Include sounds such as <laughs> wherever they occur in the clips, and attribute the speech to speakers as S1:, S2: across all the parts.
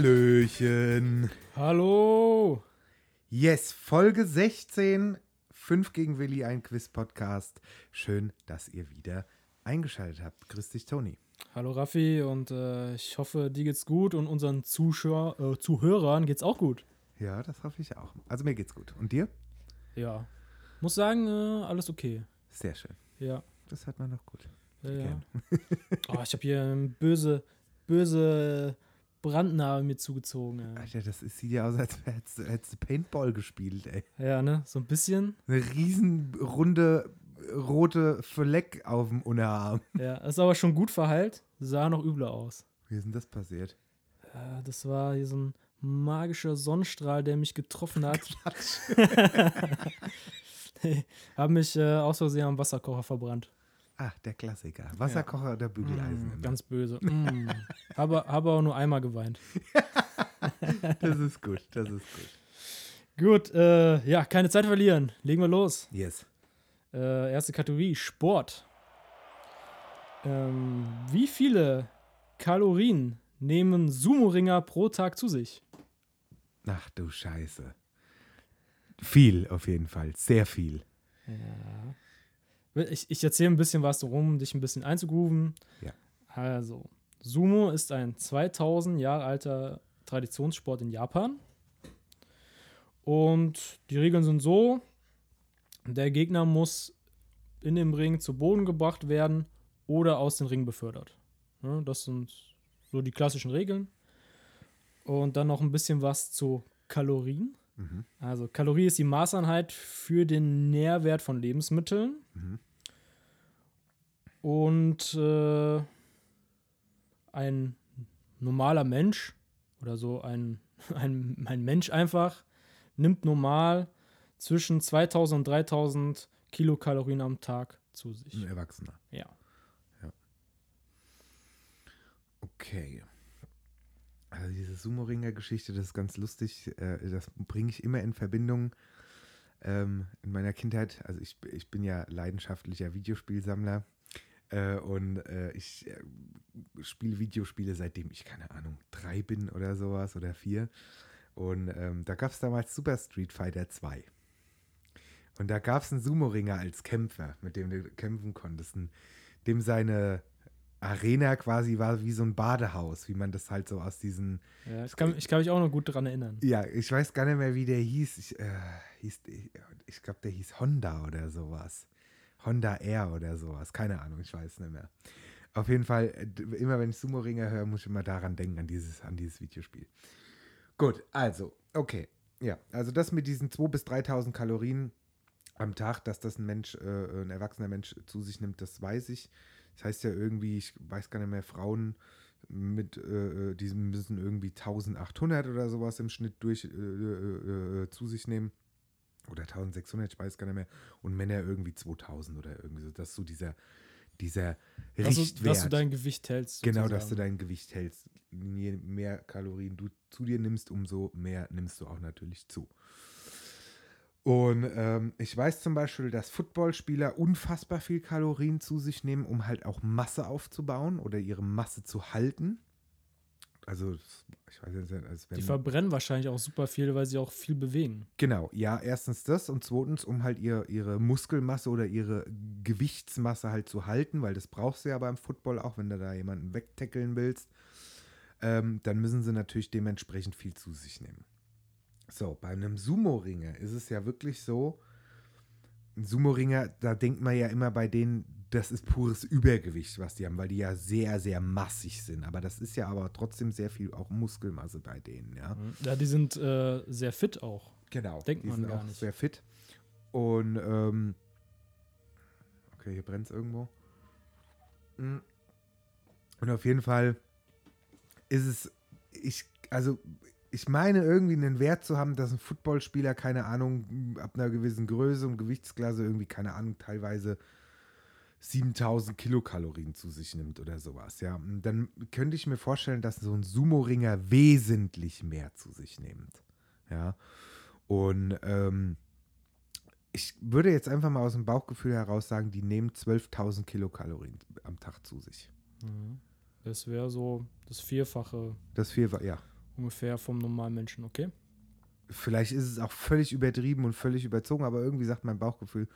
S1: Hallöchen.
S2: Hallo!
S1: Yes, Folge 16, 5 gegen Willi, ein Quiz-Podcast. Schön, dass ihr wieder eingeschaltet habt. Grüß dich, Toni.
S2: Hallo Raffi und äh, ich hoffe, dir geht's gut und unseren Zuschauer, äh, Zuhörern geht's auch gut.
S1: Ja, das hoffe ich auch. Also mir geht's gut. Und dir?
S2: Ja. Muss sagen, äh, alles okay.
S1: Sehr schön.
S2: Ja.
S1: Das hat man doch gut.
S2: ja, ja.
S1: Gern.
S2: <laughs> Oh, ich habe hier ähm, böse, böse Brandnarbe mir zugezogen.
S1: Alter, das ist, sieht ja aus, als hättest du- hättest du Paintball gespielt, ey.
S2: Ja. ja, ne? So ein bisschen.
S1: Eine riesenrunde äh, rote Fleck auf dem Unterarm.
S2: Ja. Ist aber schon gut verheilt. Sah noch übler aus.
S1: Wie ist denn das passiert?
S2: Äh, das war hier so ein magischer Sonnenstrahl, der mich getroffen hat. <laughs> Hab mich äh, aus Versehen am Wasserkocher verbrannt.
S1: Ah, der Klassiker. Wasserkocher oder Bügeleisen.
S2: Mm,
S1: immer.
S2: Ganz böse. Mm. <laughs> habe, habe auch nur einmal geweint.
S1: Das ist gut, das ist gut.
S2: Gut, äh, ja, keine Zeit verlieren. Legen wir los.
S1: Yes.
S2: Äh, erste Kategorie: Sport. Ähm, wie viele Kalorien nehmen Sumo-Ringer pro Tag zu sich?
S1: Ach du Scheiße. Viel auf jeden Fall, sehr viel.
S2: Ich, ich erzähle ein bisschen was darum, um dich ein bisschen einzugrooven.
S1: Ja.
S2: Also, Sumo ist ein 2000 Jahre alter Traditionssport in Japan. Und die Regeln sind so: der Gegner muss in dem Ring zu Boden gebracht werden oder aus dem Ring befördert. Ne, Das sind so die klassischen Regeln. Und dann noch ein bisschen was zu Kalorien. Also, Kalorie ist die Maßeinheit für den Nährwert von Lebensmitteln. Und äh, ein normaler Mensch oder so ein, <laughs> ein, ein Mensch einfach nimmt normal zwischen 2000 und 3000 Kilokalorien am Tag zu sich.
S1: Ein Erwachsener.
S2: Ja.
S1: Okay. Also diese Sumo-Ringer-Geschichte, das ist ganz lustig. äh, Das bringe ich immer in Verbindung. ähm, In meiner Kindheit, also ich, ich bin ja leidenschaftlicher Videospielsammler äh, und äh, ich äh, spiele Videospiele, seitdem ich, keine Ahnung, drei bin oder sowas oder vier. Und ähm, da gab es damals Super Street Fighter 2. Und da gab es einen Sumo-Ringer als Kämpfer, mit dem du kämpfen konntest. Ein- Dem seine Arena quasi war wie so ein Badehaus, wie man das halt so aus diesen.
S2: ja ich, kann, ich kann mich auch noch gut daran erinnern.
S1: Ja, ich weiß gar nicht mehr, wie der hieß. Ich, äh, hieß, ich, ich glaube, der hieß Honda oder sowas. Honda Air oder sowas. Keine Ahnung, ich weiß nicht mehr. Auf jeden Fall, äh, d- immer wenn ich Sumo-Ringer höre, muss ich immer daran denken, an dieses, an dieses Videospiel. Gut, also, okay. Ja, also das mit diesen 2.000 bis 3.000 Kalorien am Tag, dass das ein Mensch, äh, ein erwachsener Mensch zu sich nimmt, das weiß ich. Das heißt ja irgendwie, ich weiß gar nicht mehr, Frauen mit äh, diesem müssen irgendwie 1800 oder sowas im Schnitt durch äh, äh, äh, zu sich nehmen. Oder 1600, ich weiß gar nicht mehr. Und Männer irgendwie 2000 oder irgendwie so. Das ist so dieser, dieser
S2: Dass du,
S1: Richtwert.
S2: dass du dein Gewicht hältst.
S1: Genau, dass du
S2: sozusagen.
S1: dein Gewicht hältst. Je mehr Kalorien du zu dir nimmst, umso mehr nimmst du auch natürlich zu. Und ähm, ich weiß zum Beispiel, dass Footballspieler unfassbar viel Kalorien zu sich nehmen, um halt auch Masse aufzubauen oder ihre Masse zu halten. Also, das- ich weiß jetzt nicht, also
S2: Die
S1: wenn-
S2: verbrennen wahrscheinlich auch super viel, weil sie auch viel bewegen.
S1: Genau, ja, erstens das und zweitens, um halt ihr, ihre Muskelmasse oder ihre Gewichtsmasse halt zu halten, weil das brauchst du ja beim Football auch, wenn du da jemanden wegtackeln willst, ähm, dann müssen sie natürlich dementsprechend viel zu sich nehmen. So, bei einem Sumo-Ringer ist es ja wirklich so, ein Sumo-Ringer, da denkt man ja immer bei denen, das ist pures Übergewicht, was die haben, weil die ja sehr, sehr massig sind. Aber das ist ja aber trotzdem sehr viel auch Muskelmasse bei denen, ja.
S2: Ja, die sind äh, sehr fit auch.
S1: Genau.
S2: Denkt
S1: die
S2: man
S1: sind
S2: gar
S1: auch
S2: nicht.
S1: sehr fit. Und, ähm, okay, hier brennt es irgendwo. Mm. Und auf jeden Fall ist es, ich, also ich meine irgendwie einen Wert zu haben, dass ein Footballspieler, keine Ahnung, ab einer gewissen Größe und Gewichtsklasse irgendwie, keine Ahnung, teilweise 7000 Kilokalorien zu sich nimmt oder sowas, ja. Und dann könnte ich mir vorstellen, dass so ein Sumo-Ringer wesentlich mehr zu sich nimmt, ja. Und ähm, ich würde jetzt einfach mal aus dem Bauchgefühl heraus sagen, die nehmen 12.000 Kilokalorien am Tag zu sich.
S2: Mhm. Das wäre so das Vierfache
S1: Das viel, ja.
S2: ungefähr vom normalen Menschen, okay?
S1: Vielleicht ist es auch völlig übertrieben und völlig überzogen, aber irgendwie sagt mein Bauchgefühl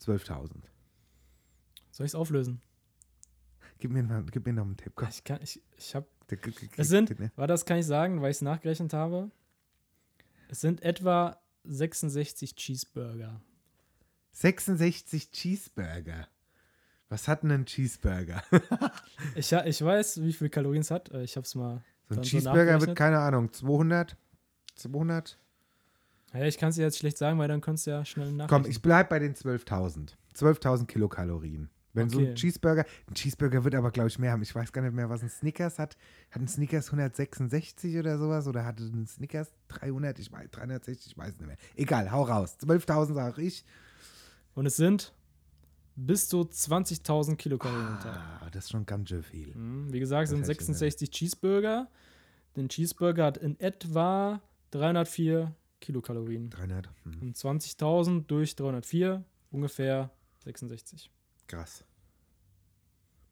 S1: 12.000.
S2: Soll ich es auflösen?
S1: Gib mir, mal, gib mir noch einen Tipp. Komm.
S2: Ich kann, ich, ich habe Es sind,
S1: ne?
S2: war das kann ich sagen, weil ich es nachgerechnet habe. Es sind etwa 66 Cheeseburger.
S1: 66 Cheeseburger. Was hat denn ein Cheeseburger?
S2: Ich, ha- ich weiß, wie viel Kalorien es hat. Äh, Ich habe es mal.
S1: So ein
S2: dann so
S1: Cheeseburger
S2: nachgerechnet.
S1: wird, keine Ahnung, 200? 200?
S2: Ja, ich kann es dir jetzt schlecht sagen, weil dann könntest du ja schnell nach.
S1: Komm, ich bleib bei den 12.000. 12.000 Kilokalorien. Wenn so
S2: Okay.
S1: ein Cheeseburger, ein Cheeseburger wird aber, glaube ich, mehr haben. Ich weiß gar nicht mehr, was ein Snickers hat. Hat ein Snickers 166 oder sowas? Oder hatte ein Snickers 300? Ich weiß, 360, ich weiß nicht mehr. Egal, hau raus. 12.000 sage ich.
S2: Und es sind bis zu 20.000 Kilokalorien am Tag.
S1: Ah, das ist schon ganz schön viel.
S2: Mhm. Wie gesagt, es sind
S1: Das hätte ich
S2: 66 Cheeseburger. Den Cheeseburger hat in etwa 304 Kilokalorien.
S1: 300, hm,
S2: Und 20.000 durch 304 ungefähr 66.
S1: krass.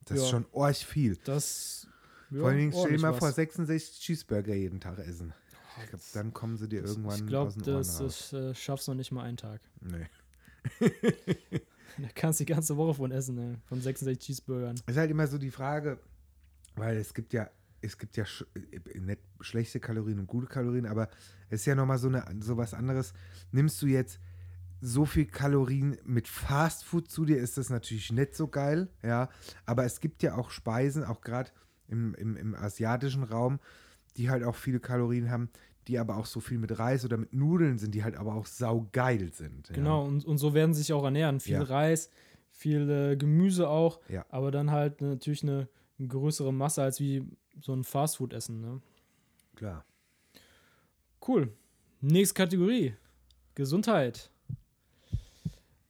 S1: Das ist
S2: Ja.
S1: schon orch viel.
S2: Das. ja,
S1: Vor allen Dingen stell dir
S2: ordentlich
S1: mal
S2: was.
S1: vor, 66 Cheeseburger jeden Tag essen. Ich glaub,
S2: das-
S1: dann kommen sie dir irgendwann
S2: ich glaube,
S1: aus den Ohren
S2: das,
S1: raus.
S2: das äh, schaffst du noch nicht mal einen Tag. <laughs>
S1: Nee.
S2: Da kannst du die ganze Woche von essen, ey, von 66 Cheeseburgern.
S1: Ist halt immer so die Frage, weil es gibt ja, es gibt ja sch äh, nicht schlechte Kalorien und gute Kalorien, aber es ist ja nochmal so, eine, so was anderes. Nimmst du jetzt so viel Kalorien mit Fastfood zu dir, ist das natürlich nicht so geil, ja. Aber es gibt ja auch Speisen, auch gerade im, im, im asiatischen Raum, die halt auch viele Kalorien haben, die aber auch so viel mit Reis oder mit Nudeln sind, die halt aber auch saugeil sind. ja.
S2: Genau, und, und so werden sie sich auch ernähren. Viel
S1: Ja.
S2: Reis, viel äh, Gemüse auch,
S1: Ja.
S2: aber dann halt natürlich eine größere Masse als wie so ein Fastfood-Essen. Ne?
S1: Klar.
S2: Cool. Nächste Kategorie. Gesundheit.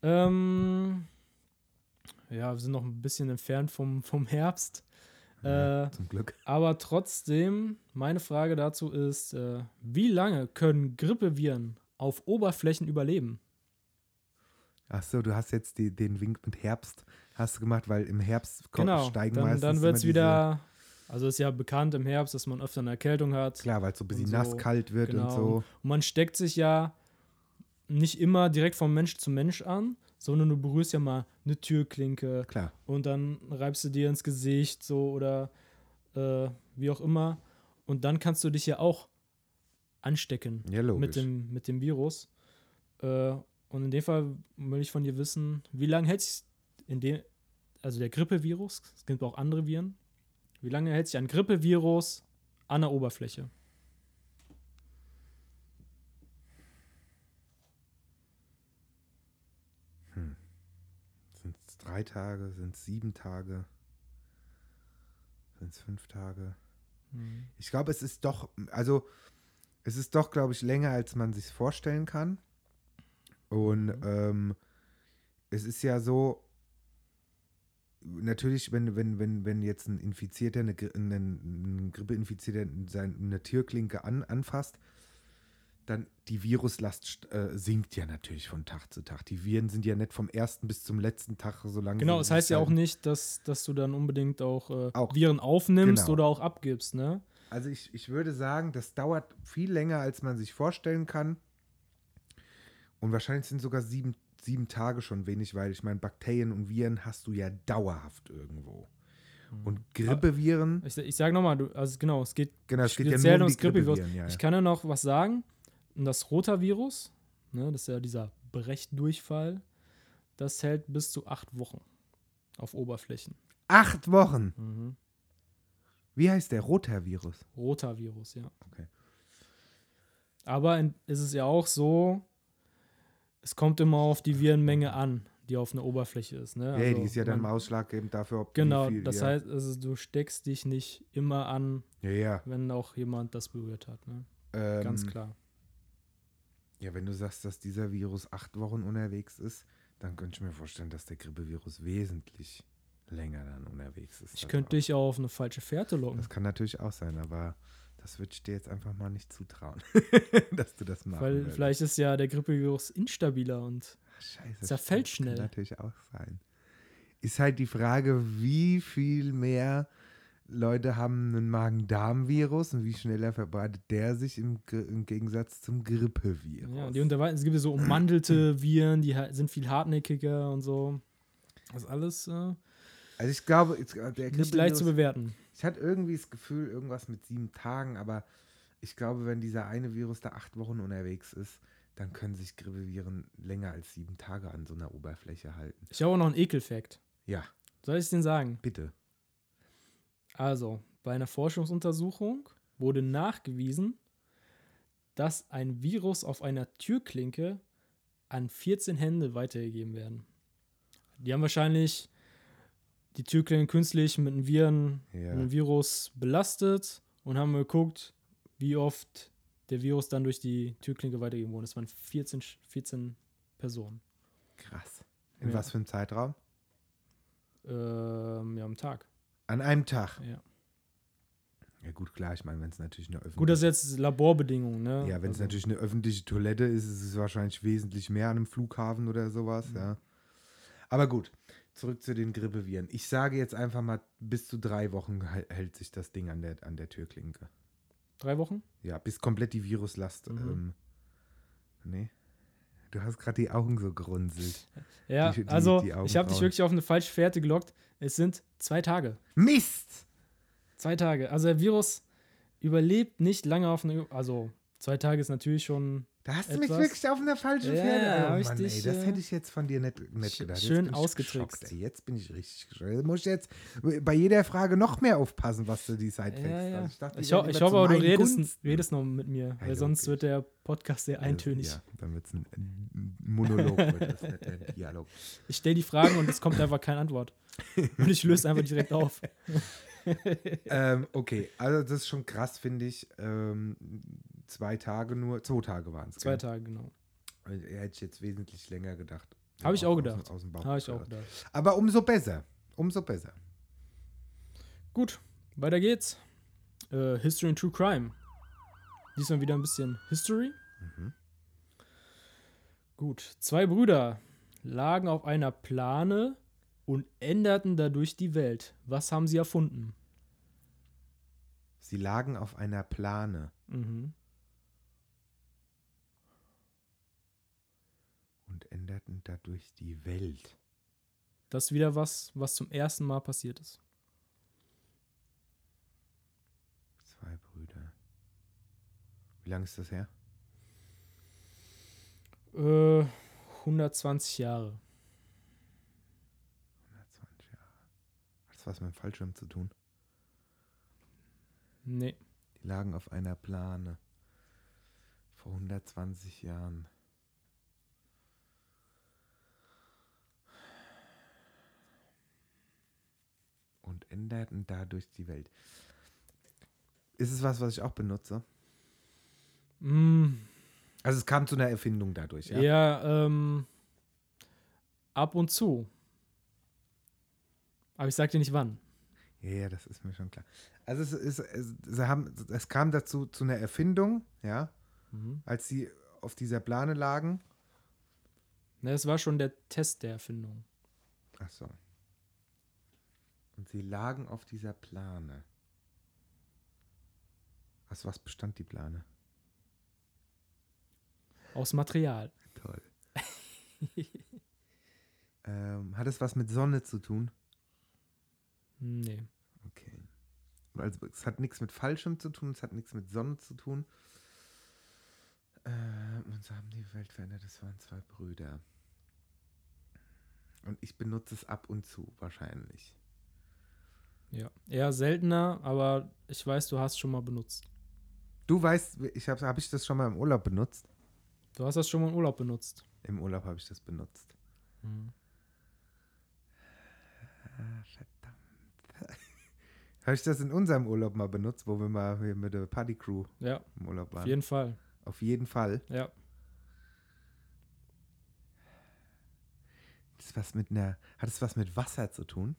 S2: Ähm, ja, wir sind noch ein bisschen entfernt vom, vom Herbst. Äh,
S1: Zum Glück.
S2: Aber trotzdem, meine Frage dazu ist, äh, wie lange können Grippeviren auf Oberflächen überleben?
S1: Ach so, du hast jetzt die, den Wink mit Herbst hast du gemacht, weil im Herbst ko-
S2: genau,
S1: steigen
S2: dann,
S1: meistens
S2: dann
S1: immer
S2: wird es
S1: diese-
S2: wieder, also ist ja bekannt im Herbst, dass man öfter eine Erkältung hat.
S1: klar, weil es so ein bisschen
S2: und so, Genau.
S1: nass kalt wird und so.
S2: Und man steckt sich ja nicht immer direkt vom Mensch zu Mensch an, sondern du berührst ja mal eine Türklinke
S1: Klar,
S2: und dann reibst du dir ins Gesicht so oder äh, wie auch immer. Und dann kannst du dich ja auch anstecken.
S1: ja logisch.
S2: mit dem, mit dem Virus. Äh, und in dem Fall will ich von dir wissen, wie lange hält sich in dem, also der Grippevirus, es gibt auch andere Viren, wie lange hält sich ein Grippevirus an der Oberfläche?
S1: sind es drei Tage, sind es sieben Tage, sind es fünf Tage. Ich glaube, es ist doch, also es ist doch, glaube ich, länger, als man sich vorstellen kann. Und
S2: Mhm.
S1: ähm, es ist ja so, natürlich, wenn, wenn, wenn, wenn jetzt ein Infizierter, eine, Gri- ein, ein Grippeinfizierter sein, eine Türklinke an, anfasst, dann die Viruslast st- äh, sinkt ja natürlich von Tag zu Tag. Die Viren sind ja nicht vom ersten bis zum letzten Tag so lange.
S2: Genau, es heißt ja auch nicht, dass, dass du dann unbedingt auch, äh,
S1: Auch.
S2: Viren aufnimmst
S1: Genau.
S2: oder auch abgibst, ne?
S1: Also ich, ich würde sagen, das dauert viel länger, als man sich vorstellen kann. Und wahrscheinlich sind sogar sieben, sieben Tage schon wenig, weil ich meine, Bakterien und Viren hast du ja dauerhaft irgendwo. Und Grippeviren,
S2: Mhm. Ah. Ich, ich sage nochmal, du, also genau, es geht
S1: genau, es geht
S2: wir
S1: ja
S2: zählen
S1: nur um
S2: uns
S1: die
S2: Grippevirus.
S1: Grippeviren. Ja, ja.
S2: Ich kann ja noch was sagen. Und das Rotavirus, ne, das ist ja dieser Brechdurchfall, das hält bis zu acht Wochen auf Oberflächen.
S1: Acht Wochen.
S2: Mhm.
S1: Wie heißt der Rotavirus?
S2: Rotavirus, ja.
S1: Okay.
S2: Aber in, ist es ja auch so, es kommt immer auf die Virenmenge an, die auf einer Oberfläche ist. Ne?
S1: ja,
S2: Also
S1: die ist ja dann
S2: man-
S1: ausschlaggebend dafür, ob
S2: Genau,
S1: wie viel,
S2: das
S1: ja.
S2: heißt, also, du steckst dich nicht immer an,
S1: Ja, ja.
S2: wenn auch jemand das berührt hat. Ne?
S1: Ähm,
S2: Ganz klar.
S1: Ja, wenn du sagst, dass dieser Virus acht Wochen unterwegs ist, dann könnte ich mir vorstellen, dass der Grippevirus wesentlich länger dann unterwegs ist.
S2: Ich
S1: Also,
S2: könnte dich auch auf eine falsche Fährte locken.
S1: Das kann natürlich auch sein, aber das würde ich dir jetzt einfach mal nicht zutrauen, <laughs> dass du das machst.
S2: Weil vielleicht ist ja der Grippevirus instabiler und
S1: Scheiße, stimmt,
S2: zerfällt
S1: das
S2: schnell.
S1: Kann natürlich auch sein. Ist halt die Frage, wie viel mehr Leute haben einen Magen-Darm-Virus und wie schneller verbreitet der sich im, Gr- im Gegensatz zum Grippevirus.
S2: ja, die unterweisen. Es gibt ja so
S1: <clears throat>
S2: ummandelte Viren, die ha- sind viel hartnäckiger und so. Das ist alles äh,
S1: also ich glaube, jetzt- der
S2: nicht leicht zu
S1: Grippevirus-
S2: bewerten.
S1: Ich hatte irgendwie das Gefühl, irgendwas mit sieben Tagen, aber ich glaube, wenn dieser eine Virus da acht Wochen unterwegs ist, dann können sich Grippeviren länger als sieben Tage an so einer Oberfläche halten.
S2: Ich habe auch noch einen Ekelfact.
S1: Ja,
S2: Soll ich es denn sagen?
S1: bitte.
S2: Also, bei einer Forschungsuntersuchung wurde nachgewiesen, dass ein Virus auf einer Türklinke an 14 Hände weitergegeben werden. Die haben wahrscheinlich die Türklinke künstlich mit einem, Viren,
S1: Ja.
S2: mit einem Virus belastet und haben geguckt, wie oft der Virus dann durch die Türklinke weitergegeben wurde. Das waren 14, Sch- 14 Personen
S1: Krass. In
S2: Ja.
S1: was für einem Zeitraum?
S2: ähm, ja, am Tag.
S1: An einem Tag.
S2: Ja.
S1: Ja gut, klar, ich meine, wenn es natürlich eine öffentliche...
S2: Gut, das ist jetzt Laborbedingungen, ne?
S1: ja, wenn es
S2: Also-
S1: natürlich eine öffentliche Toilette ist, ist es wahrscheinlich wesentlich mehr an einem Flughafen oder sowas,
S2: Mhm.
S1: ja. Aber gut, zurück zu den Grippeviren. Ich sage jetzt einfach mal, bis zu drei Wochen hält hält sich das Ding an der, an der Türklinke.
S2: Drei Wochen?
S1: Ja, bis komplett die Viruslast. Ähm,
S2: Mhm.
S1: nee. Du hast gerade die Augen so grunzelt.
S2: Ja,
S1: Die- die-
S2: also
S1: die
S2: ich habe dich
S1: Augenbrauen.
S2: wirklich auf eine falsche Fährte gelockt. Es sind zwei Tage.
S1: Mist!
S2: Zwei Tage. Also der Virus überlebt nicht lange auf eine. Also zwei Tage ist natürlich schon
S1: Da hast du mich
S2: Etwas-
S1: wirklich auf einer falschen
S2: Ja,
S1: Pferde.
S2: hab ich
S1: Mann,
S2: dich,
S1: ey, das
S2: äh,
S1: hätte ich jetzt von dir nicht, nicht
S2: sch-
S1: gedacht. Jetzt
S2: schön
S1: bin ich
S2: ausgetrickst.
S1: geschockt, Ey, jetzt bin ich richtig geschockt. Da Muss ich jetzt bei jeder Frage noch mehr aufpassen, was du die Zeit fängst.
S2: Ja, ja.
S1: Also
S2: Ich,
S1: dachte,
S2: ho
S1: wäre
S2: ich
S1: lieber
S2: hoffe
S1: zu
S2: aber, du
S1: meinen
S2: redest,
S1: Gunsten.
S2: redest noch mit mir, weil
S1: Ja,
S2: sonst
S1: okay. Also,
S2: wird der Podcast sehr eintönig.
S1: Ja, dann wird es ein ein Monolog, wird das nicht ein
S2: <laughs>
S1: Dialog.
S2: Ich stelle die Fragen und es kommt einfach keine Antwort. Und ich löse einfach direkt auf.
S1: ähm, okay, also das ist schon krass, finde ich. Ähm, zwei Tage nur, zwei Tage waren es.
S2: Zwei Tage, genau.
S1: Also, Hätte ich jetzt wesentlich länger gedacht.
S2: Hab ich auch gedacht.
S1: Aus, dem- aus dem Bauch
S2: Habe ich auch
S1: geplaudert.
S2: gedacht.
S1: Aber umso besser. Umso besser.
S2: Gut, weiter geht's. Äh, History and True Crime. Diesmal wieder ein bisschen History. Gut, zwei Brüder lagen auf einer Plane und änderten dadurch die Welt. Was haben sie erfunden?
S1: Sie lagen auf einer Plane
S2: Mhm.
S1: und änderten dadurch die Welt.
S2: Das ist wieder was, was zum ersten Mal passiert ist.
S1: Zwei Brüder. Wie lange ist das her?
S2: Äh, 120 Jahre.
S1: 120 Jahre. Hat das was mit dem Fallschirm zu tun?
S2: Nee.
S1: Die lagen auf einer Plane. Vor 120 Jahren. Und änderten dadurch die Welt. Ist es was, was ich auch benutze?
S2: Mm,
S1: Also es kam zu einer Erfindung dadurch, ja?
S2: ja, ähm, ab und zu. Aber ich sag dir nicht wann.
S1: Ja, ja, das ist mir schon klar. Also es, ist, es, sie haben, es kam dazu zu einer Erfindung, ja,
S2: Mhm.
S1: als sie auf dieser Plane lagen.
S2: Na, das Ne, war schon der Test der Erfindung.
S1: Ach so. Und sie lagen auf dieser Plane. Aus was bestand die Plane? <laughs>
S2: Aus Material.
S1: Toll. ähm, hat es was mit Sonne zu tun?
S2: Nee.
S1: Okay. Also es hat nichts mit Fallschirm zu tun, es hat nichts mit Sonne zu tun. Ähm, und so haben die Welt verändert, das waren zwei Brüder. Und ich benutze es ab und zu wahrscheinlich.
S2: Ja. Eher seltener, aber ich weiß, du hast schon mal benutzt.
S1: Du weißt, ich habe hab ich das schon mal im Urlaub benutzt?
S2: Du hast das schon mal im Urlaub benutzt.
S1: Im Urlaub habe ich das benutzt. Ah, verdammt. <laughs> Habe ich das in unserem Urlaub mal benutzt, wo wir mal hier mit der Party Crew
S2: Ja,
S1: im Urlaub
S2: auf
S1: waren?
S2: jeden Fall.
S1: Auf jeden Fall.
S2: Ja.
S1: Das ist was mit einer, hat es was mit Wasser zu tun?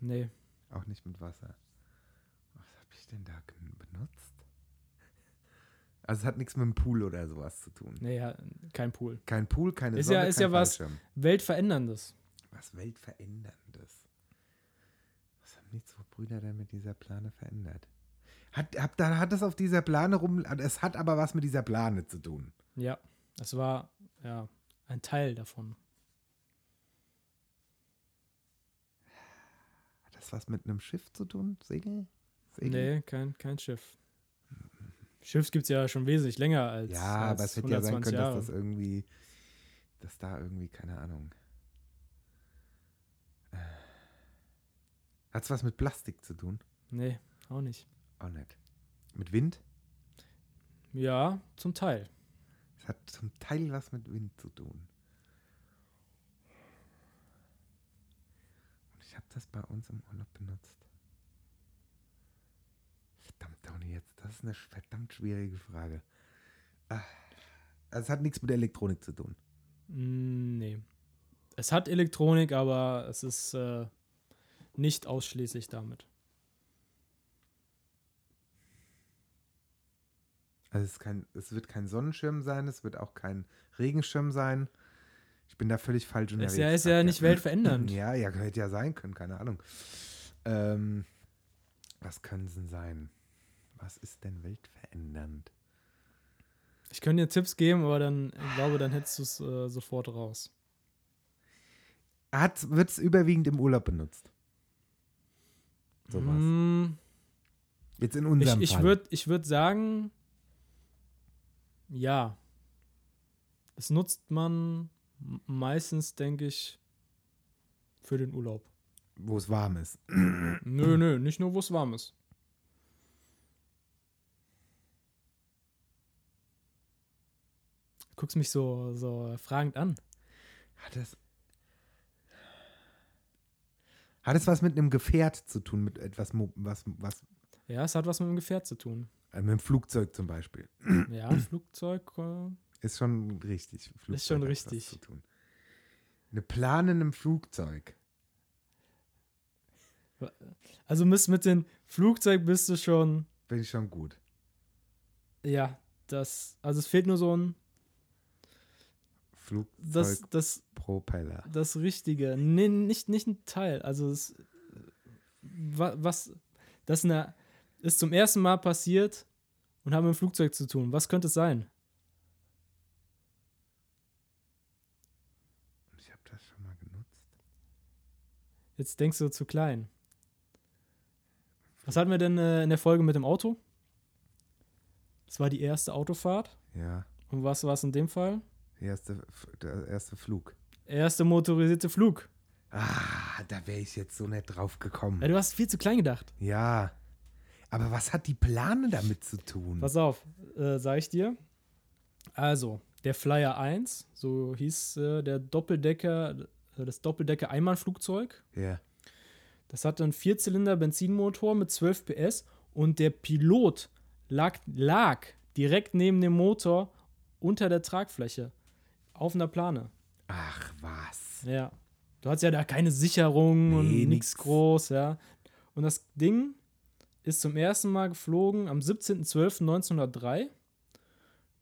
S2: Nee.
S1: Auch nicht mit Wasser. Was habe ich denn da gen- benutzt? Also es hat nichts mit dem Pool oder sowas zu tun.
S2: Nee, ja, kein Pool.
S1: Kein Pool, keine
S2: Ist
S1: Sonne,
S2: ja- ist
S1: kein
S2: ja was-
S1: Fallschirm.
S2: Weltveränderndes.
S1: Was Weltveränderndes. Was haben die zwei Brüder denn mit dieser Plane verändert? Hat, hab, da hat das auf dieser Plane rum. Es hat aber was mit dieser Plane zu tun.
S2: Ja. Das war, ja, ein Teil davon.
S1: Hat das was mit einem Schiff zu tun? Segel? Segel?
S2: Nee, kein, kein Schiff. Schiff gibt es ja schon wesentlich länger als.
S1: Ja,
S2: als
S1: aber es hätte ja sein
S2: 120
S1: können,
S2: Jahre.
S1: dass das irgendwie. Dass da irgendwie, keine Ahnung. Hat es was mit Plastik zu tun?
S2: Nee, auch nicht.
S1: Auch nicht. Mit Wind?
S2: Ja, zum Teil.
S1: Es hat zum Teil was mit Wind zu tun. Und ich habe das bei uns im Urlaub benutzt. Verdammt, Tony, jetzt. Das ist eine sch- verdammt schwierige Frage. Ah, Also es hat nichts mit Elektronik zu tun.
S2: Mm, Nee. Es hat Elektronik, aber es ist äh, nicht ausschließlich damit.
S1: Also es, ist kein, es wird kein Sonnenschirm sein, es wird auch kein Regenschirm sein. Ich bin da völlig falsch unterwegs.
S2: Ist ja, ist ja nicht weltverändernd.
S1: Ja, ja, hätte ja sein können, keine Ahnung. Ähm, was können es denn sein? Was ist denn weltverändernd?
S2: Ich könnte dir Tipps geben, aber dann ich glaube, dann hättest du es äh, sofort raus.
S1: Wird es überwiegend im Urlaub benutzt? Sowas.
S2: Mm,
S1: Jetzt in
S2: ich
S1: unserem
S2: ich
S1: Fall.
S2: würde ich würd sagen, ja. Es nutzt man m- meistens, denke ich, für den Urlaub.
S1: Wo es warm ist.
S2: Nö, nö, nicht nur, wo es warm ist. Guckst mich so, so fragend an.
S1: Hat es. Hat es was mit einem Gefährt zu tun, mit etwas, Mo- was, was,
S2: Ja, es hat was mit dem Gefährt zu tun.
S1: äh, mit dem Flugzeug zum Beispiel?
S2: <clears throat> Ja, Flugzeug. Äh,
S1: Ist schon richtig. Flugzeug
S2: Ist
S1: hat
S2: schon
S1: was
S2: richtig.
S1: zu tun. Eine Plane in einem Flugzeug.
S2: also bist mit dem Flugzeug bist du schon.
S1: Bin ich schon gut.
S2: Ja, das. Also es fehlt nur so ein. Das,
S1: Flugzeugpropeller.
S2: das, das Richtige. Nee, nicht, nicht ein Teil. Also es. wa- Was. Das ist eine, ist zum ersten Mal passiert und haben mit dem Flugzeug zu tun. Was könnte es sein?
S1: Ich habe das schon mal genutzt.
S2: Jetzt denkst du zu klein. Was hatten wir denn äh, in der Folge mit dem Auto? Das war die erste Autofahrt.
S1: Ja.
S2: Und was war es in dem Fall?
S1: Erste, F- der erste Flug.
S2: Erste motorisierte Flug.
S1: Ah, da wäre ich jetzt so nett drauf gekommen.
S2: Ja, du hast viel zu klein gedacht.
S1: Ja. Aber was hat die Plane damit zu tun?
S2: Pass auf, äh, sag ich dir. Also, der Flyer 1, so hieß äh, der Doppeldecker, äh, das Doppeldecker-Einmannflugzeug.
S1: Ja.
S2: Das hatte einen Vierzylinder-Benzinmotor mit 12 PS und der Pilot lag, lag direkt neben dem Motor unter der Tragfläche auf einer Plane.
S1: Ach, was?
S2: Ja. Du hattest ja da keine Sicherung
S1: Nee,
S2: und nichts
S1: nix.
S2: groß, ja. Und das Ding ist zum ersten Mal geflogen am 17.12.1903.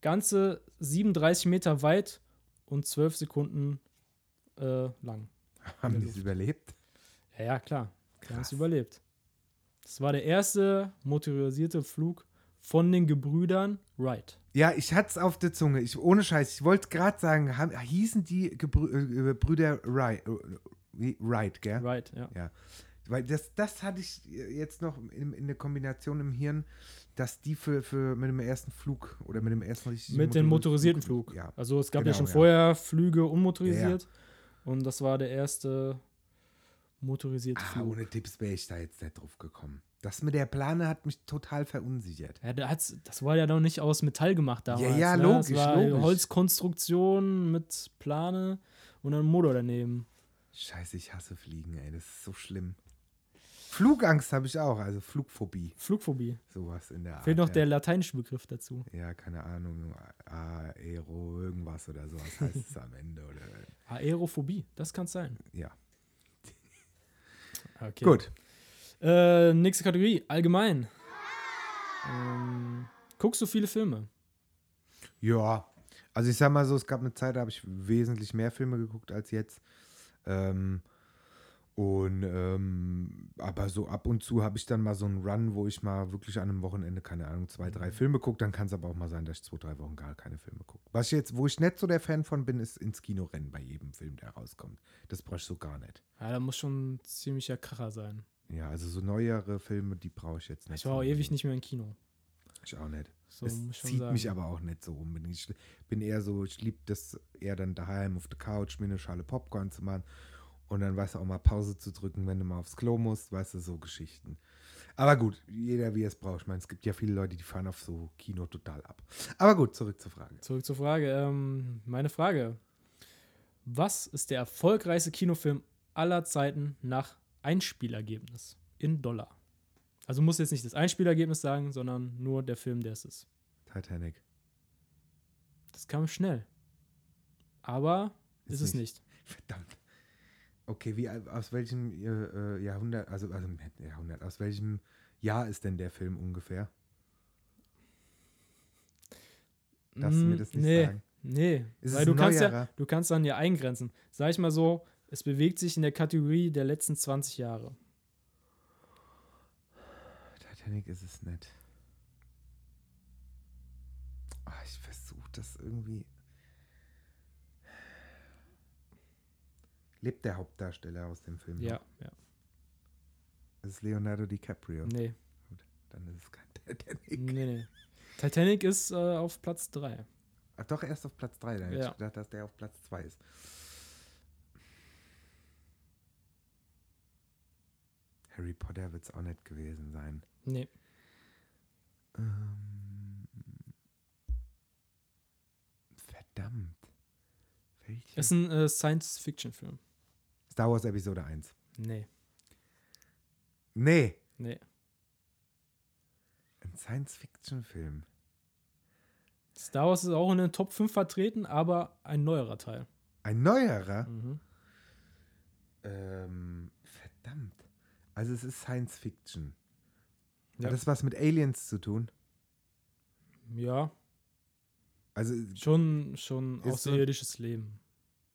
S2: Ganze 37 Meter weit und 12 Sekunden äh, lang.
S1: Haben
S2: der
S1: die es
S2: Luft.
S1: überlebt?
S2: Ja, ja, klar. Die haben es
S1: Krass.
S2: überlebt. Das war der erste motorisierte Flug von den Gebrüdern Wright.
S1: Ja, ich hatte es auf der Zunge. Ich, ohne Scheiß, ich wollte gerade sagen, haben, hießen die Gebrü äh, Brüder Wright, äh, wie- Wright, gell?
S2: Wright, ja.
S1: Ja. Weil das, das hatte ich jetzt noch in, in der Kombination im Hirn, dass die für, für mit dem ersten Flug oder mit dem ersten richtigen
S2: Mit dem motorisierten Flug.
S1: Ja.
S2: Also es gab ja
S1: Genau,
S2: schon
S1: ja.
S2: vorher Flüge unmotorisiert. Und das war der erste motorisierte
S1: Ah,
S2: Flug.
S1: ohne Tipps wäre ich da jetzt nicht drauf gekommen. Das mit der Plane hat mich total verunsichert.
S2: Ja, da hat's, das war ja noch nicht aus Metall gemacht damals.
S1: ja,
S2: ne?
S1: logisch,
S2: Das war
S1: logisch.
S2: Holzkonstruktion mit Plane und einem Motor daneben.
S1: Scheiße, ich hasse Fliegen, ey. Das ist so schlimm. Flugangst habe ich auch, also Flugphobie,
S2: Flugphobie.
S1: sowas in der Art.
S2: Fehlt noch
S1: Ah, ja.
S2: der lateinische Begriff dazu.
S1: Ja, keine Ahnung, Aero irgendwas oder sowas heißt es am Ende. Oder,
S2: Aerophobie, das kann sein.
S1: ja,
S2: Okay.
S1: gut.
S2: Äh, nächste Kategorie, allgemein. Ähm, guckst du viele Filme?
S1: Ja, also ich sag mal so, es gab eine Zeit, da habe ich wesentlich mehr Filme geguckt als jetzt. Ähm, und ähm, aber so ab und zu habe ich dann mal so einen Run, wo ich mal wirklich an einem Wochenende, keine Ahnung, zwei,
S2: Mhm.
S1: drei Filme gucke. Dann kann es aber auch mal sein, dass ich zwei, drei Wochen gar keine Filme gucke. Was ich jetzt, wo ich nicht so der Fan von bin, ist ins Kino rennen bei jedem Film, der rauskommt. Das brauche ich so gar nicht.
S2: Ja, da muss schon ein ziemlicher Kracher sein.
S1: Ja, also so neuere Filme, die brauche ich jetzt nicht.
S2: Ich war auch
S1: so.
S2: ewig nicht mehr im Kino.
S1: Ich auch nicht.
S2: So
S1: es
S2: muss ich schon
S1: zieht
S2: sagen.
S1: mich aber auch nicht so unbedingt. Ich bin eher so, ich liebe das eher dann daheim auf der Couch, mir eine Schale Popcorn zu machen und dann, weißt du, auch mal Pause zu drücken, wenn du mal aufs Klo musst, weißt du, so Geschichten. Aber gut, jeder wie er es braucht. Ich meine, es gibt ja viele Leute, die fahren auf so Kino total ab. Aber gut, zurück zur Frage.
S2: Zurück zur Frage. Ähm, meine Frage. Was ist der erfolgreichste Kinofilm aller Zeiten nach Einspielergebnis in Dollar? Also muss jetzt nicht das Einspielergebnis sagen, sondern nur der Film, der es ist.
S1: Titanic.
S2: Das kam schnell. Aber ist, es nicht.
S1: Verdammt. Okay, wie al- aus welchem äh, äh, Jahrhundert, also, also nicht Jahrhundert, aus welchem Jahr ist denn der Film ungefähr? Darfst du mir
S2: Mm,
S1: das nicht
S2: nee,
S1: sagen?
S2: Nee,
S1: Ist
S2: weil
S1: es
S2: du
S1: ein
S2: kannst, ja,
S1: neuerer?
S2: du kannst dann ja eingrenzen. Sag ich mal so, es bewegt sich in der Kategorie der letzten 20 Jahre.
S1: Titanic ist es nicht. Ah, ich versuche das irgendwie. Lebt der Hauptdarsteller aus dem Film?
S2: Ja,
S1: noch?
S2: ja.
S1: Es ist Leonardo DiCaprio.
S2: Nee,
S1: Dann ist es kein <laughs> Titanic.
S2: nee, nee. Titanic ist äh, auf Platz 3.
S1: Ach, doch, erst auf Platz 3. Dann hätte
S2: Ja.
S1: ich gedacht, dass der auf Platz 2 ist. Harry Potter wird es auch nicht gewesen sein.
S2: Nee.
S1: Ähm, verdammt. Welche?
S2: Das ist ein äh, Science-Fiction-Film.
S1: Star Wars Episode 1.
S2: Nee,
S1: Nee,
S2: nee.
S1: ein Science-Fiction-Film.
S2: Star Wars ist auch in den Top 5 vertreten, aber ein neuerer Teil.
S1: Ein neuerer?
S2: Mhm.
S1: Ähm, verdammt. Also es ist Science-Fiction.
S2: Ja.
S1: Hat das was mit Aliens zu tun?
S2: Ja,
S1: Also,
S2: schon, schon
S1: Ist so-
S2: außerirdisches Leben.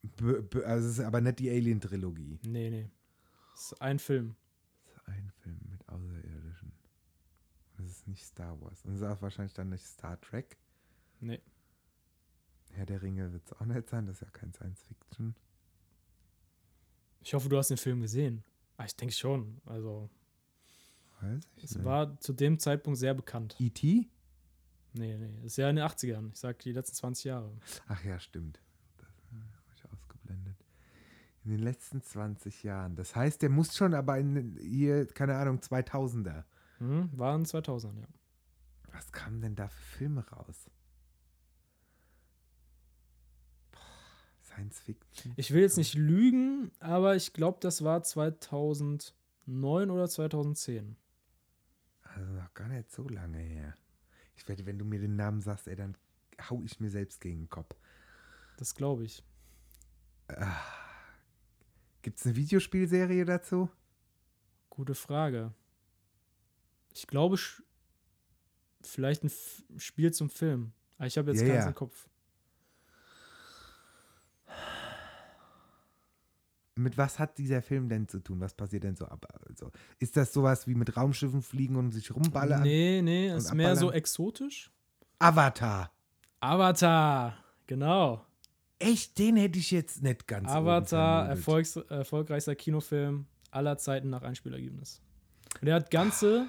S1: b- b- also es ist aber nicht die Alien-Trilogie.
S2: Nee, nee. Ist ein Film.
S1: Es ist ein Film mit Außerirdischen. Und es ist nicht Star Wars. Und es ist auch wahrscheinlich dann nicht Star Trek.
S2: Nee.
S1: Herr der Ringe wird es auch nicht sein. Das ist ja kein Science-Fiction.
S2: Ich hoffe, du hast den Film gesehen. Ah, ich denke schon. Also,
S1: Weiß ich
S2: es
S1: nicht. E
S2: war zu dem Zeitpunkt sehr bekannt.
S1: E.T.?
S2: Nee, nee. Ist ja in den 80ern. Ich sag die letzten 20 Jahre.
S1: Ach ja, stimmt. Das äh, habe ich ausgeblendet. In den letzten 20 Jahren. Das heißt, der muss schon aber in hier, keine Ahnung, 2000er.
S2: Mhm. Waren 2000 ja.
S1: Was kamen denn da für Filme raus? Boah, Science Fiction.
S2: Ich will jetzt nicht lügen, aber ich glaube, das war 2009 oder 2010.
S1: Also noch gar nicht so lange her. Ich werde, wenn du mir den Namen sagst, ey, dann hau ich mir selbst gegen den Kopf.
S2: Das glaube ich.
S1: Gibt es eine Videospielserie dazu?
S2: Gute Frage. Ich glaube, sch- vielleicht ein F Spiel zum Film. Aber ich habe jetzt
S1: Ja,
S2: keins
S1: ja.
S2: im Kopf.
S1: Mit was hat dieser Film denn zu tun? Was passiert denn so ab? Also, ist das sowas wie mit Raumschiffen fliegen und sich rumballern?
S2: Nee, nee,
S1: Und
S2: ist mehr so
S1: abballern.
S2: exotisch.
S1: Avatar.
S2: Avatar, genau.
S1: Echt, den hätte ich jetzt nicht ganz. oben
S2: Avatar,
S1: vermutet.
S2: erfolgs erfolgreichster Kinofilm aller Zeiten nach Einspielergebnis. Und er hat ganze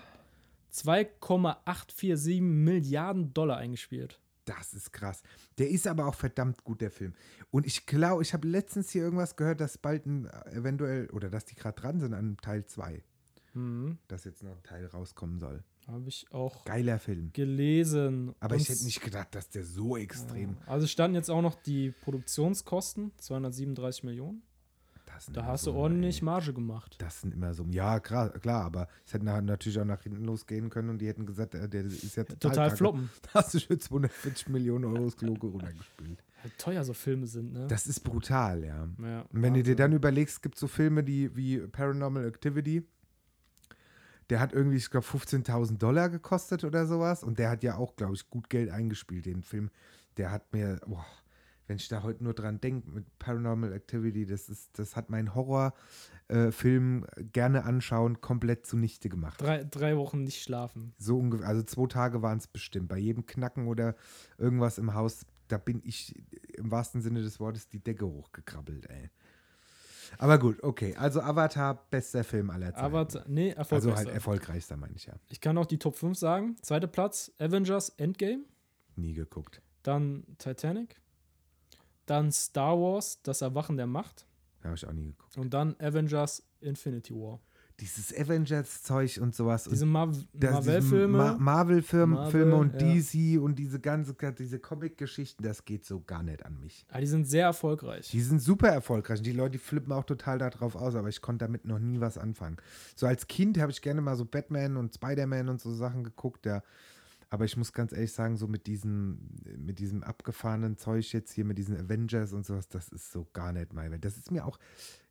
S2: 2,847 Milliarden Dollar eingespielt.
S1: Das ist krass. Der ist aber auch verdammt gut, der Film. Und ich glaube, ich habe letztens hier irgendwas gehört, dass bald ein äh, eventuell, oder dass die gerade dran sind an Teil 2,
S2: Hm,
S1: dass jetzt noch ein Teil rauskommen soll.
S2: habe ich auch
S1: Geiler Film.
S2: gelesen.
S1: Aber ich
S2: Und-
S1: hätte nicht gedacht, dass der so extrem.
S2: Also standen jetzt auch noch die Produktionskosten, 237 Millionen.
S1: das sind
S2: Da
S1: immer
S2: hast du
S1: Summen,
S2: ordentlich
S1: ey.
S2: Marge gemacht.
S1: Das sind immer Summen. Ja, klar, klar aber es hätte nach- natürlich auch nach hinten losgehen können und die hätten gesagt, äh, der ist ja total,
S2: Total
S1: kacke.
S2: floppen.
S1: <laughs> Da hast du schon 240 Millionen Euro das Kloke runtergespielt.
S2: Wie teuer so Filme sind, ne?
S1: Das ist brutal, ja.
S2: ja,
S1: Und wenn du dir
S2: Wahnsinn.
S1: dann überlegst, es gibt so Filme die, wie Paranormal Activity. Der hat irgendwie, ich glaube, 15.000 Dollar gekostet oder sowas. Und der hat ja auch, glaube ich, gut Geld eingespielt, den Film. Der hat mir, boah, wenn ich da heute nur dran denke, mit Paranormal Activity, das, ist, das hat meinen Horrorfilm gerne anschauen komplett zunichte gemacht.
S2: drei, drei Wochen nicht schlafen.
S1: So ungefähr, also zwei Tage waren es bestimmt. Bei jedem Knacken oder irgendwas im Haus, da bin ich im wahrsten Sinne des Wortes die Decke hochgekrabbelt, ey. Aber gut, okay. Also Avatar, bester Film aller Zeiten.
S2: Aber, nee, erfolgreich.
S1: also halt erfolgreichster, meine ich ja.
S2: Ich kann auch die Top 5 sagen. Zweiter Platz, Avengers Endgame.
S1: Nie geguckt.
S2: Dann Titanic. Dann Star Wars, Das Erwachen der Macht.
S1: Habe ich auch nie geguckt.
S2: Und dann Avengers Infinity War.
S1: Dieses Avengers-Zeug und sowas.
S2: Diese
S1: und
S2: Mar
S1: das- diese
S2: Marvel-Filme.
S1: Ma Marvel-Filme
S2: Marvel,
S1: Filme und
S2: ja.
S1: DC und diese ganze, diese Comic-Geschichten, das geht so gar nicht an mich.
S2: ah, die sind sehr erfolgreich.
S1: Die sind super erfolgreich. und Die Leute die flippen auch total darauf aus, aber ich konnte damit noch nie was anfangen. So als Kind habe ich gerne mal so Batman und Spider-Man und so Sachen geguckt, ja. Aber ich muss ganz ehrlich sagen, so mit diesem, mit diesem abgefahrenen Zeug jetzt hier, mit diesen Avengers und sowas, das ist so gar nicht meine Welt. Das ist mir auch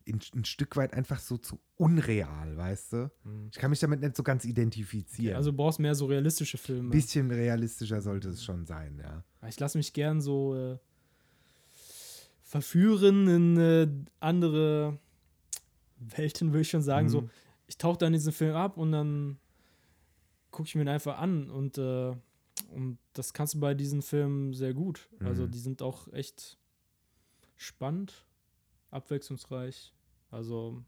S1: in, ein Stück weit einfach so zu unreal, weißt du?
S2: Mhm.
S1: Ich kann mich damit nicht so ganz identifizieren.
S2: Also ne. du brauchst mehr so realistische Filme.
S1: ein bisschen realistischer sollte es schon sein, ja.
S2: Ich lasse mich gern so äh, verführen in äh, andere Welten, würde ich schon sagen.
S1: Mhm.
S2: So, ich tauche dann diesen Film ab und dann gucke ich mir ihn einfach an und, äh, und das kannst du bei diesen Filmen sehr gut. Also
S1: Mhm.
S2: die sind auch echt spannend, abwechslungsreich. Also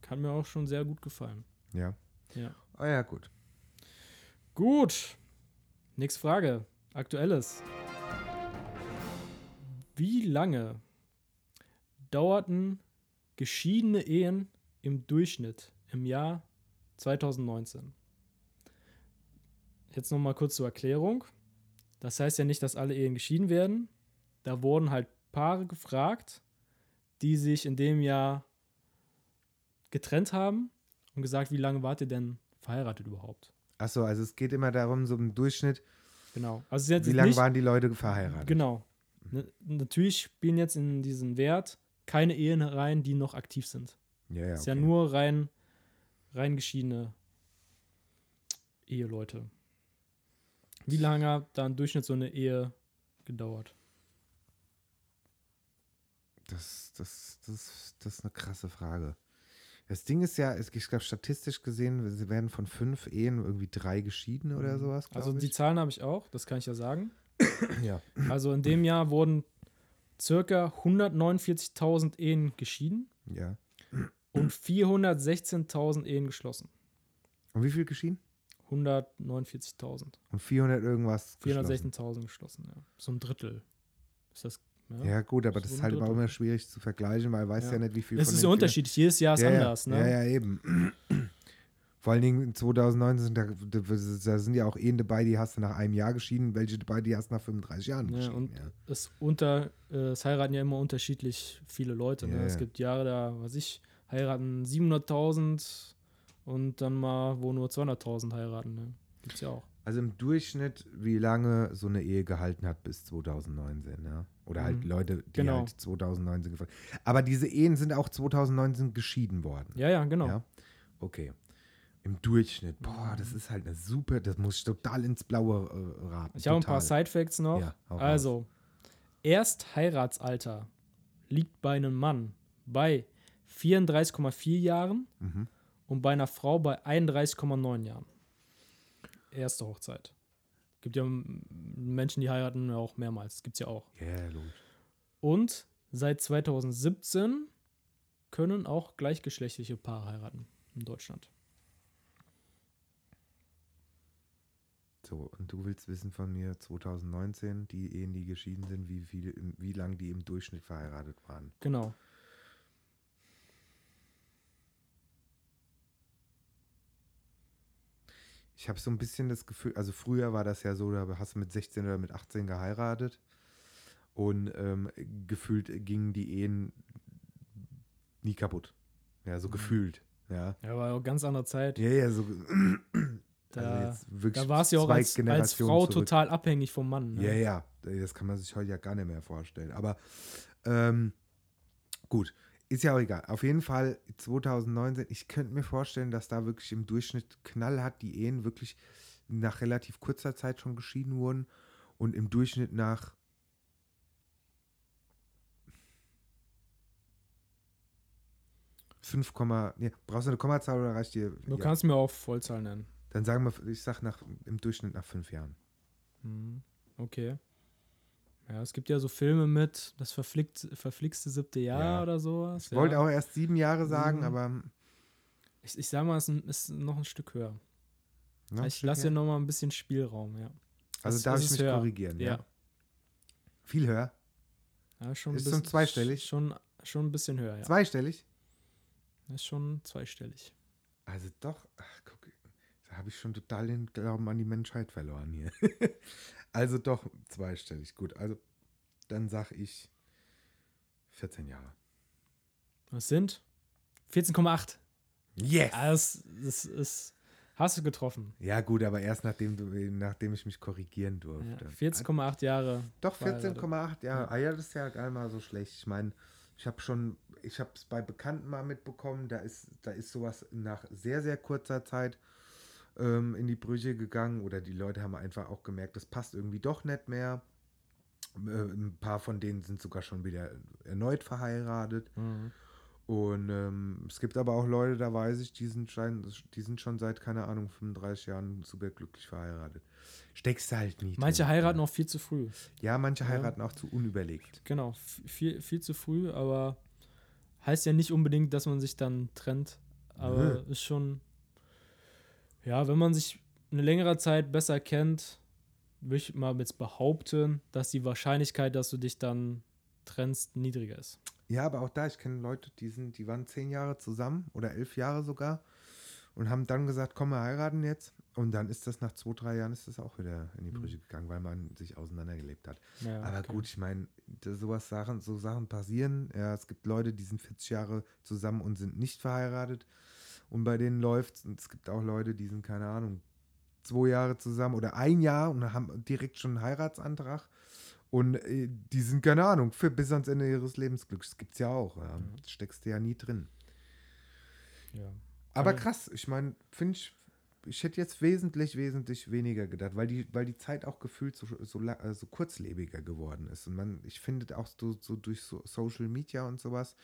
S2: kann mir auch schon sehr gut gefallen.
S1: Ja.
S2: Ja.
S1: Oh ja, gut.
S2: Gut. Nächste Frage. Aktuelles. Wie lange dauerten geschiedene Ehen im Durchschnitt im Jahr 2019? Jetzt nochmal kurz zur Erklärung. Das heißt ja nicht, dass alle Ehen geschieden werden. Da wurden halt Paare gefragt, die sich in dem Jahr getrennt haben und gesagt, wie lange wart ihr denn verheiratet überhaupt?
S1: Achso, also es geht immer darum, so im Durchschnitt,
S2: Genau. Also es ist jetzt
S1: Wie lange
S2: nicht,
S1: waren die Leute verheiratet? Hm.
S2: Genau. Ne, natürlich spielen jetzt in diesen Wert keine Ehen rein, die noch aktiv sind.
S1: Ja, ja,
S2: Ist ja
S1: okay.
S2: nur rein, rein geschiedene Eheleute. Wie lange hat da im Durchschnitt so eine Ehe gedauert?
S1: Das, das, das, das ist eine krasse Frage. Das Ding ist ja, es- ich glaube, statistisch gesehen, sie werden von fünf Ehen irgendwie drei geschieden oder sowas. glaub
S2: Also die
S1: ich.
S2: Zahlen habe ich auch, das kann ich ja sagen.
S1: Ja.
S2: Also in dem Jahr wurden circa 149.000 Ehen geschieden
S1: ja.
S2: und 416.000 Ehen geschlossen.
S1: Und wie viel geschieden?
S2: 149.000.
S1: Und 400 irgendwas. geschlossen.
S2: 416.000 geschlossen, ja. So ein Drittel. Ist das. Ja.
S1: Ja, gut, aber
S2: So
S1: das
S2: ein
S1: ist halt aber auch
S2: Drittel.
S1: immer schwierig zu vergleichen, weil weiß ja,
S2: Ja.
S1: nicht, wie viel.
S2: es
S1: von
S2: ist
S1: den
S2: ja
S1: vier-
S2: unterschiedlich. Jedes Jahr ist
S1: ja,
S2: anders,
S1: ja.
S2: ne?
S1: Ja, ja, eben. <clears throat> Vor allen Dingen 2019, da, da da sind ja auch Ehen dabei, die hast du nach einem Jahr geschieden, welche dabei, die hast du nach 35 Jahren
S2: Ja,
S1: geschieden.
S2: und-
S1: ja.
S2: Es, unter, äh, es heiraten ja immer unterschiedlich viele Leute. Ne?
S1: Ja,
S2: Es
S1: ja.
S2: gibt Jahre, da, was ich, heiraten 700.000 und dann mal, wo nur 200.000 heiraten. Ne? Gibt's ja auch.
S1: Also im Durchschnitt, wie lange so eine Ehe gehalten hat bis 2019, ja? Oder halt
S2: Mhm.
S1: Leute, die
S2: Genau.
S1: halt 2019 gefallen. Aber diese Ehen sind auch 2019 geschieden worden.
S2: Ja, ja, genau.
S1: Ja? Okay. Im Durchschnitt. Boah,
S2: Mhm.
S1: das ist halt eine super, das muss ich total ins Blaue äh, raten.
S2: Ich habe ein
S1: Total.
S2: paar Sidefacts noch.
S1: Ja, hau raus.
S2: also, erst Heiratsalter liegt bei einem Mann bei 34,4 Jahren
S1: Mhm.
S2: und bei einer Frau bei 31,9 Jahren. Erste Hochzeit. Gibt ja m, Menschen, die heiraten ja auch mehrmals. Gibt's ja auch.
S1: Ja, yeah, logisch.
S2: Und seit 2017 können auch gleichgeschlechtliche Paare heiraten in Deutschland.
S1: So, und du willst wissen von mir 2019, die Ehen, die geschieden sind, wie viel, wie lange die im Durchschnitt verheiratet waren.
S2: Genau.
S1: Ich habe so ein bisschen das Gefühl, also früher war das ja so, da hast du mit 16 oder mit 18 geheiratet und ähm, gefühlt gingen die Ehen nie kaputt. Ja,
S2: Mhm.
S1: so gefühlt. Ja,
S2: Ja, war auch ganz andere Zeit.
S1: ja, ja so. also
S2: Da-
S1: wirklich
S2: Da war es ja auch
S1: zwei
S2: als, als
S1: Generationen
S2: Frau
S1: zurück.
S2: total abhängig vom Mann. Ne?
S1: Ja, ja, das kann man sich heute ja gar nicht mehr vorstellen. Aber ähm, gut, ist ja auch egal. Auf jeden Fall 2019, ich könnte mir vorstellen, dass da wirklich im Durchschnitt Knall hat, die Ehen wirklich nach relativ kurzer Zeit schon geschieden wurden und im Durchschnitt nach fünf Komma, nee, brauchst du eine Kommazahl oder reicht dir?
S2: Du
S1: Ja.
S2: kannst mir auch Vollzahl nennen.
S1: Dann sagen wir, ich sag nach im Durchschnitt nach fünf Jahren.
S2: Mhm. Okay. Ja, es gibt ja so Filme mit das verflixt, verflixte siebte Jahr
S1: Ja.
S2: oder sowas.
S1: Ich wollte
S2: ja.
S1: auch erst sieben Jahre sagen,
S2: Mhm.
S1: aber
S2: ich, ich sag mal, es ist ein- ist noch ein Stück höher.
S1: Ja,
S2: ich
S1: steht
S2: lasse
S1: hier.
S2: dir noch mal ein bisschen Spielraum, ja.
S1: Also
S2: es-
S1: darf
S2: es
S1: ich
S2: ist
S1: mich
S2: höher.
S1: korrigieren. Ja.
S2: Ja.
S1: Viel höher.
S2: ja schon ein
S1: Ist schon
S2: bisschen-
S1: zweistellig?
S2: Schon, schon ein bisschen höher, ja.
S1: Zweistellig.
S2: Ist schon zweistellig.
S1: Also doch, ach guck, da habe ich schon total den Glauben an die Menschheit verloren hier. <laughs> also doch zweistellig. Gut, also dann sag ich 14 Jahre.
S2: Was sind? 14,8.
S1: Yes!
S2: Ah, Das, das ist. Hast du getroffen?
S1: Ja gut, aber erst nachdem, du, nachdem ich mich korrigieren
S2: Ja,
S1: durfte.
S2: 14,8 Jahre.
S1: Doch,
S2: verheiratet.
S1: 14,8, ja. Ah, ja, das ist ja gar nicht mal so schlecht. Ich meine, ich habe schon, ich habe es bei Bekannten mal mitbekommen, da ist, da ist sowas nach sehr, sehr kurzer Zeit ähm, in die Brüche gegangen oder die Leute haben einfach auch gemerkt, das passt irgendwie doch nicht mehr. Äh, ein paar von denen sind sogar schon wieder erneut verheiratet.
S2: Mhm.
S1: Und ähm, es gibt aber auch Leute, da weiß ich, die sind, schein, die sind schon seit, keine Ahnung, 35 Jahren superglücklich verheiratet. Steckst du halt nie.
S2: Manche
S1: drin,
S2: heiraten auch viel zu früh.
S1: ja, manche
S2: Ja.
S1: heiraten auch zu unüberlegt.
S2: Genau, f- viel, viel zu früh, aber heißt ja nicht unbedingt, dass man sich dann trennt. Aber ist schon, ja, wenn man sich eine längere Zeit besser kennt, würde ich mal jetzt behaupten, dass die Wahrscheinlichkeit, dass du dich dann trennst, niedriger ist.
S1: Ja, aber auch da, ich kenne Leute, die sind, die waren zehn Jahre zusammen oder elf Jahre sogar und haben dann gesagt, komm, wir heiraten jetzt. Und dann ist das nach zwei, drei Jahren ist das auch wieder in die Brüche gegangen, weil man sich auseinandergelebt hat.
S2: Ja,
S1: aber
S2: okay.
S1: gut, ich meine, da- sowas Sachen, so Sachen passieren. Ja, es gibt Leute, die sind 40 Jahre zusammen und sind nicht verheiratet und bei denen läuft's. Und es gibt auch Leute, die sind, keine Ahnung, zwei Jahre zusammen oder ein Jahr und haben direkt schon einen Heiratsantrag. Und äh, die sind, keine Ahnung, für, bis ans Ende ihres Lebensglücks. Das gibt's ja auch. Ja. Steckst du ja nie drin.
S2: Ja.
S1: Aber
S2: Ja.
S1: krass, ich meine, finde ich, ich hätte jetzt wesentlich, wesentlich weniger gedacht, weil die, weil die Zeit auch gefühlt so, so, la- äh, so kurzlebiger geworden ist. Und man, ich finde auch so, so durch so Social Media und sowas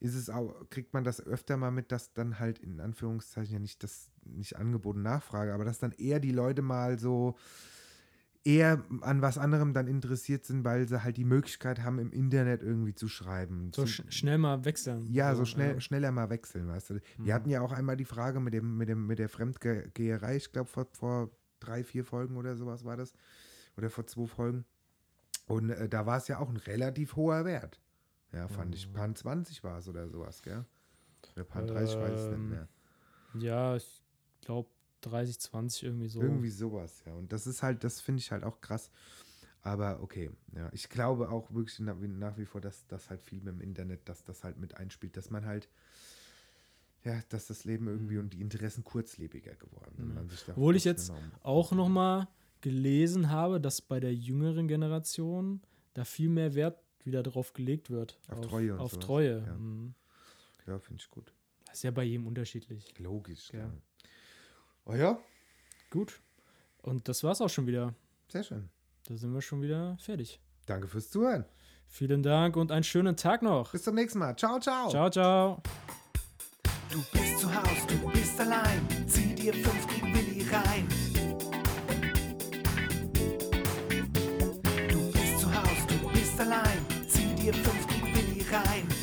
S1: ist es auch, kriegt man das öfter mal mit, dass dann halt in Anführungszeichen ja nicht das, nicht Angebot und Nachfrage, aber dass dann eher die Leute mal so eher an was anderem dann interessiert sind, weil sie halt die Möglichkeit haben, im Internet irgendwie zu schreiben.
S2: So
S1: zu-
S2: sch schnell mal wechseln. Also,
S1: ja, Mhm. so schnell,
S2: ja.
S1: schneller mal wechseln, weißt du. Wir hatten ja auch einmal die Frage mit dem, mit dem, mit der Fremdgeherei, ich glaube vor, vor drei, vier Folgen oder sowas war das. Oder vor zwei Folgen. Und äh, da war es ja auch ein relativ hoher Wert. Ja, fand ich. Pan 20 war es oder sowas, gell? Oder Pan 30, ich weiß es nicht
S2: Ähm,
S1: mehr.
S2: Ja, ich glaube 30, 20 irgendwie so.
S1: Irgendwie sowas, ja. Und das ist halt, das finde ich halt auch krass. Aber okay, ja. Ich glaube auch wirklich nach, wie- nach wie vor, dass das halt viel mit dem Internet, dass das halt mit einspielt, dass man halt, ja, dass das Leben irgendwie und die Interessen kurzlebiger geworden sind.
S2: Ja.
S1: Man sich da
S2: Mhm. Obwohl ich
S1: schneller
S2: jetzt
S1: um-
S2: auch nochmal gelesen habe, dass bei der jüngeren Generation da viel mehr Wert wieder drauf gelegt wird.
S1: Auf Treue und
S2: Auf
S1: sowas,
S2: Treue.
S1: ja.
S2: mhm.
S1: Ja, finde ich gut.
S2: Das ist ja bei jedem unterschiedlich.
S1: Logisch,
S2: Ja.
S1: ja. Oh ja,
S2: Gut. Und das war's auch schon wieder.
S1: sehr schön.
S2: Da sind wir schon wieder fertig.
S1: Danke fürs Zuhören.
S2: Vielen Dank und einen schönen Tag noch.
S1: Bis zum nächsten Mal. Ciao, ciao.
S2: Ciao, ciao.
S3: Du bist zu Haus, du bist allein. Zieh dir fünf gegen Willi rein. Du bist zu Haus, du bist allein. Zieh dir fünf gegen Willi rein.